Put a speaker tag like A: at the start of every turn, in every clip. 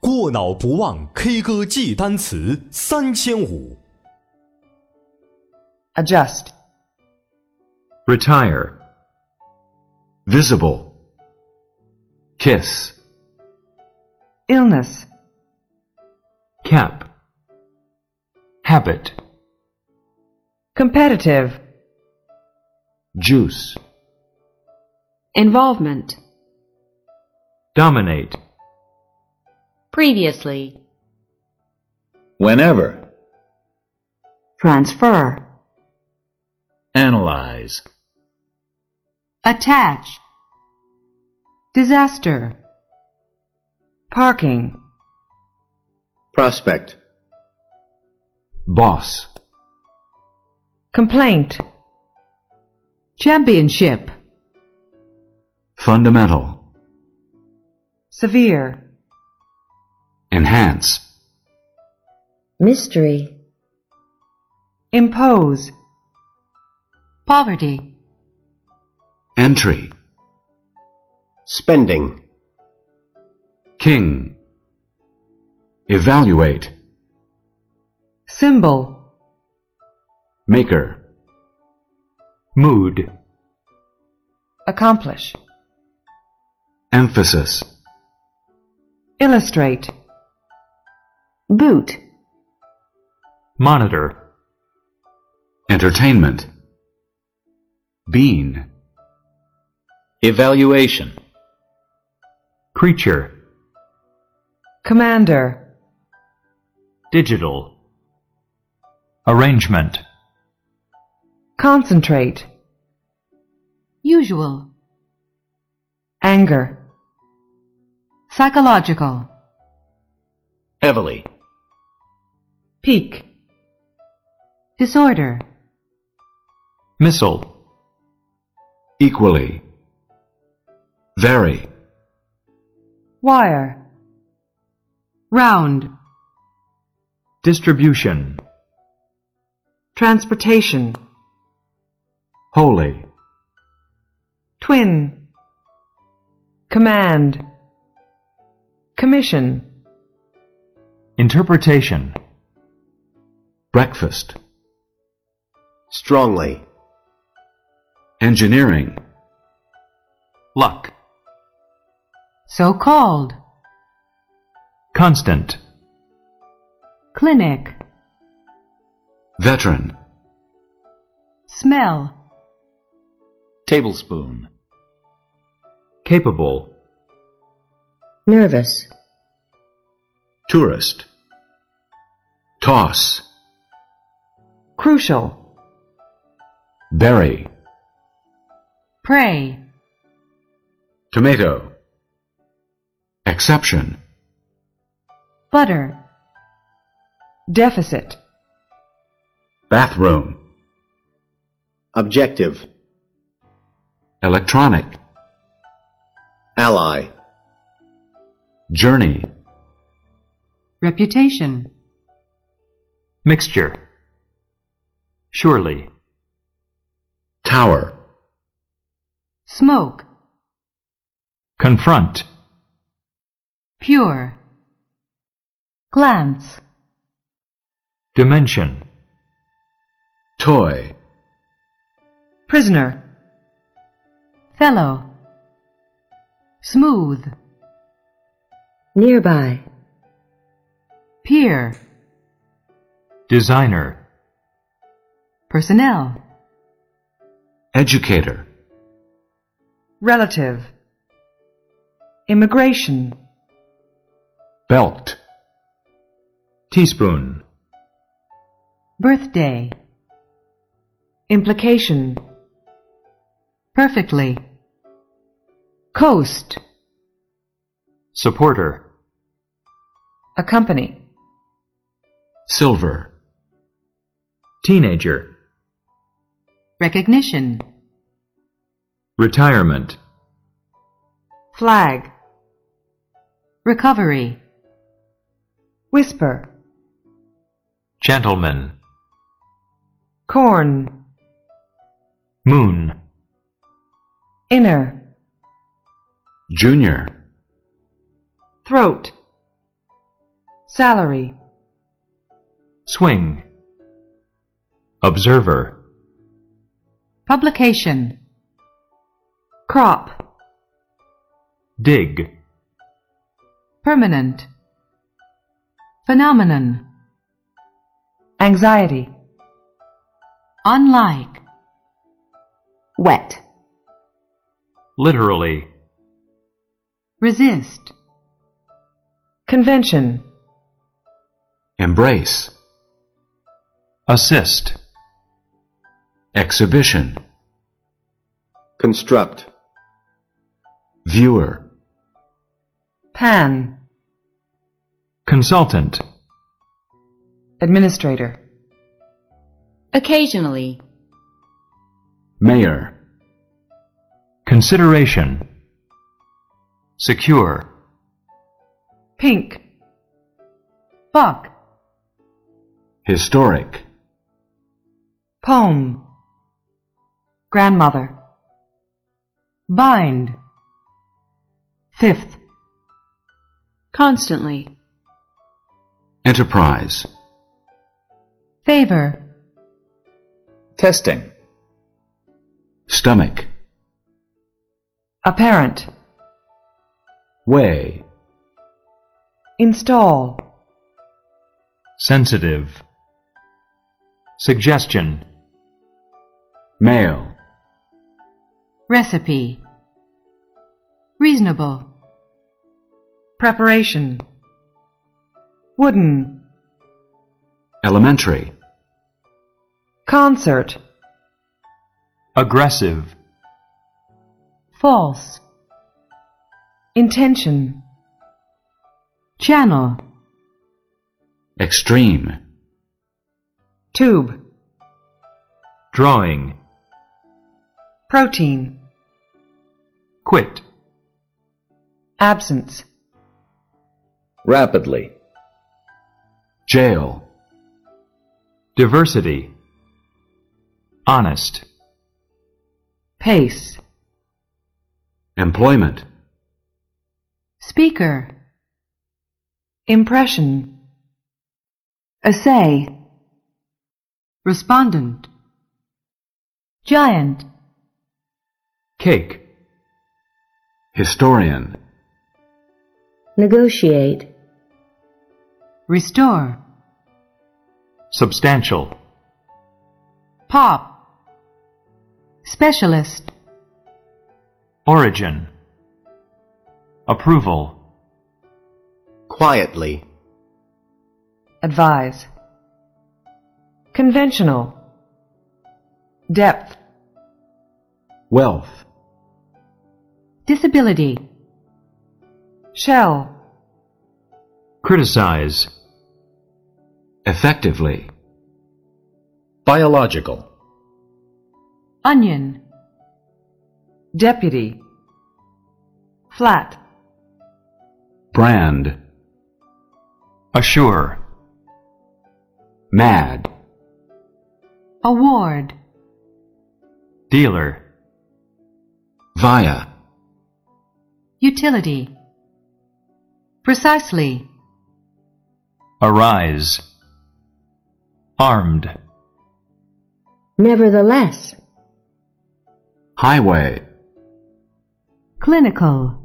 A: 过脑不忘 K 歌记单词三千五。
B: adjust,
C: retire, visible, kiss,
B: illness,
C: cap, habit,
B: competitive,
C: juice,
D: Involvement.
C: dominate,
D: Previously.
E: whenever,
D: Transfer.
E: analyze,
D: Attach.
B: disaster, parking,
E: prospect,
C: boss,
B: complaint, championship,
C: fundamental,
B: severe,
C: enhance,
D: Mystery.
B: impose,
D: Poverty.
C: entry,
E: spending,
C: king, evaluate,
B: symbol,
C: maker, mood,
B: accomplish,
C: emphasis,
B: illustrate,
D: Boot.
C: monitor, entertainment, bean,
E: evaluation,
C: creature,
B: commander,
C: digital, arrangement,
B: concentrate,
D: Usual.
B: anger,
D: Psychological.
E: heavily,
B: peak,
D: Disorder.
C: missile, equally, very,
B: wire,
D: Round.
C: distribution,
B: transportation,
C: holy,
B: twin, command, commission,
C: interpretation, breakfast,
E: strongly,
C: engineering, luck,
D: So called.
C: constant,
D: Clinic.
C: veteran,
D: Smell.
E: tablespoon,
C: capable,
D: Nervous.
C: tourist, toss,
B: crucial,
C: berry,
D: Prey.
C: tomato, exception,
D: Butter.
B: deficit,
C: bathroom,
E: objective,
C: electronic,
E: ally,
C: journey,
D: Reputation.
C: mixture, surely, tower,
D: Smoke.
C: confront,
D: Pure. Glance.
C: dimension, toy,
B: prisoner,
D: Fellow. Smooth. Nearby. Peer.
C: designer,
D: Personnel.
C: educator,
B: relative, immigration,
C: belt, teaspoon,
D: Birthday.
B: implication,
D: Perfectly.
B: coast,
C: supporter,
B: accompany,
C: silver, teenager,
D: Recognition.
C: retirement,
B: flag,
D: Recovery.
B: whisper,
C: gentleman,
B: corn,
C: moon,
B: inner,
C: junior,
B: throat, salary,
C: swing, observer,
D: publication,
B: crop,
C: dig,
D: permanent, phenomenon,
B: anxiety,
D: unlike, wet,
C: literally,
D: resist,
B: convention,
E: Embrace.
C: assist,
E: Exhibition.
F: construct,
E: Viewer.
B: pan,
C: consultant,
B: administrator,
G: Occasionally.
E: Mayor.
C: consideration, secure,
B: pink,
D: buck,
E: Historic.
B: poem, grandmother,
D: bind, fifth,
G: Constantly.
E: Enterprise.
D: favor,
E: Testing. Stomach.
B: apparent,
E: Way.
B: install,
C: sensitive, suggestion,
E: Male.
D: recipe, reasonable,
B: preparation, wooden,
E: Elementary.
B: concert,
C: aggressive,
D: false,
B: intention,
D: channel,
E: Extreme.
B: tube,
C: drawing,
B: protein,
C: quit,
B: absence,
E: Rapidly. Jail.
C: diversity, honest,
B: pace,
E: Employment.
D: speaker,
B: impression,
D: essay, respondent, giant,
C: cake,
E: Historian.
G: Negotiate.
D: restore,
C: substantial,
D: pop, specialist,
C: origin, approval,
E: Quietly.
B: advise, conventional, depth,
E: Wealth.
D: disability,
B: shell,
C: criticize,
E: Effectively. Biological.
D: onion,
B: deputy, flat,
E: Brand.
C: assure,
E: Mad.
D: award,
C: dealer,
E: Via.
D: utility, precisely,
C: arise, armed,
G: Nevertheless.
E: Highway.
D: clinical,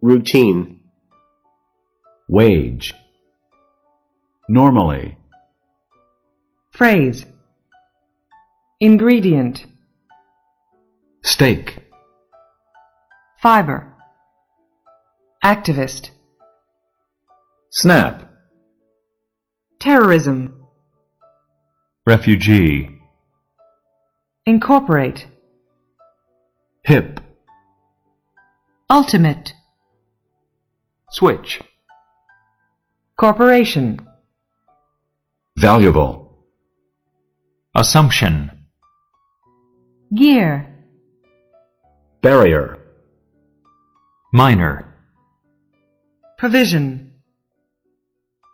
F: routine,
E: Wage. Normally.
B: phrase, ingredient,
E: Stake.
B: fiber, activist,
E: Snap.
B: terrorism,
C: refugee,
B: incorporate,
E: Hip.
D: ultimate,
C: switch,
B: corporation,
E: Valuable.
C: assumption,
D: gear,
E: Barrier.
C: minor,
B: provision,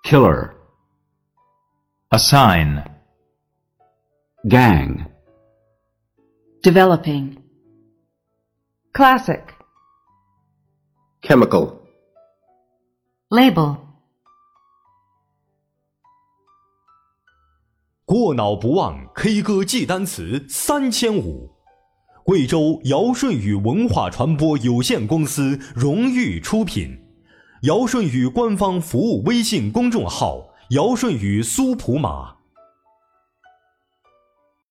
E: Killer.
C: assign,
E: Gang.
G: Developing.
B: classic,
F: chemical,
D: label,
A: 过脑不忘 K 歌记单词三千五，贵州尧舜禹文化传播有限公司荣誉出品，尧舜禹官方服务微信公众号：尧舜禹苏普码。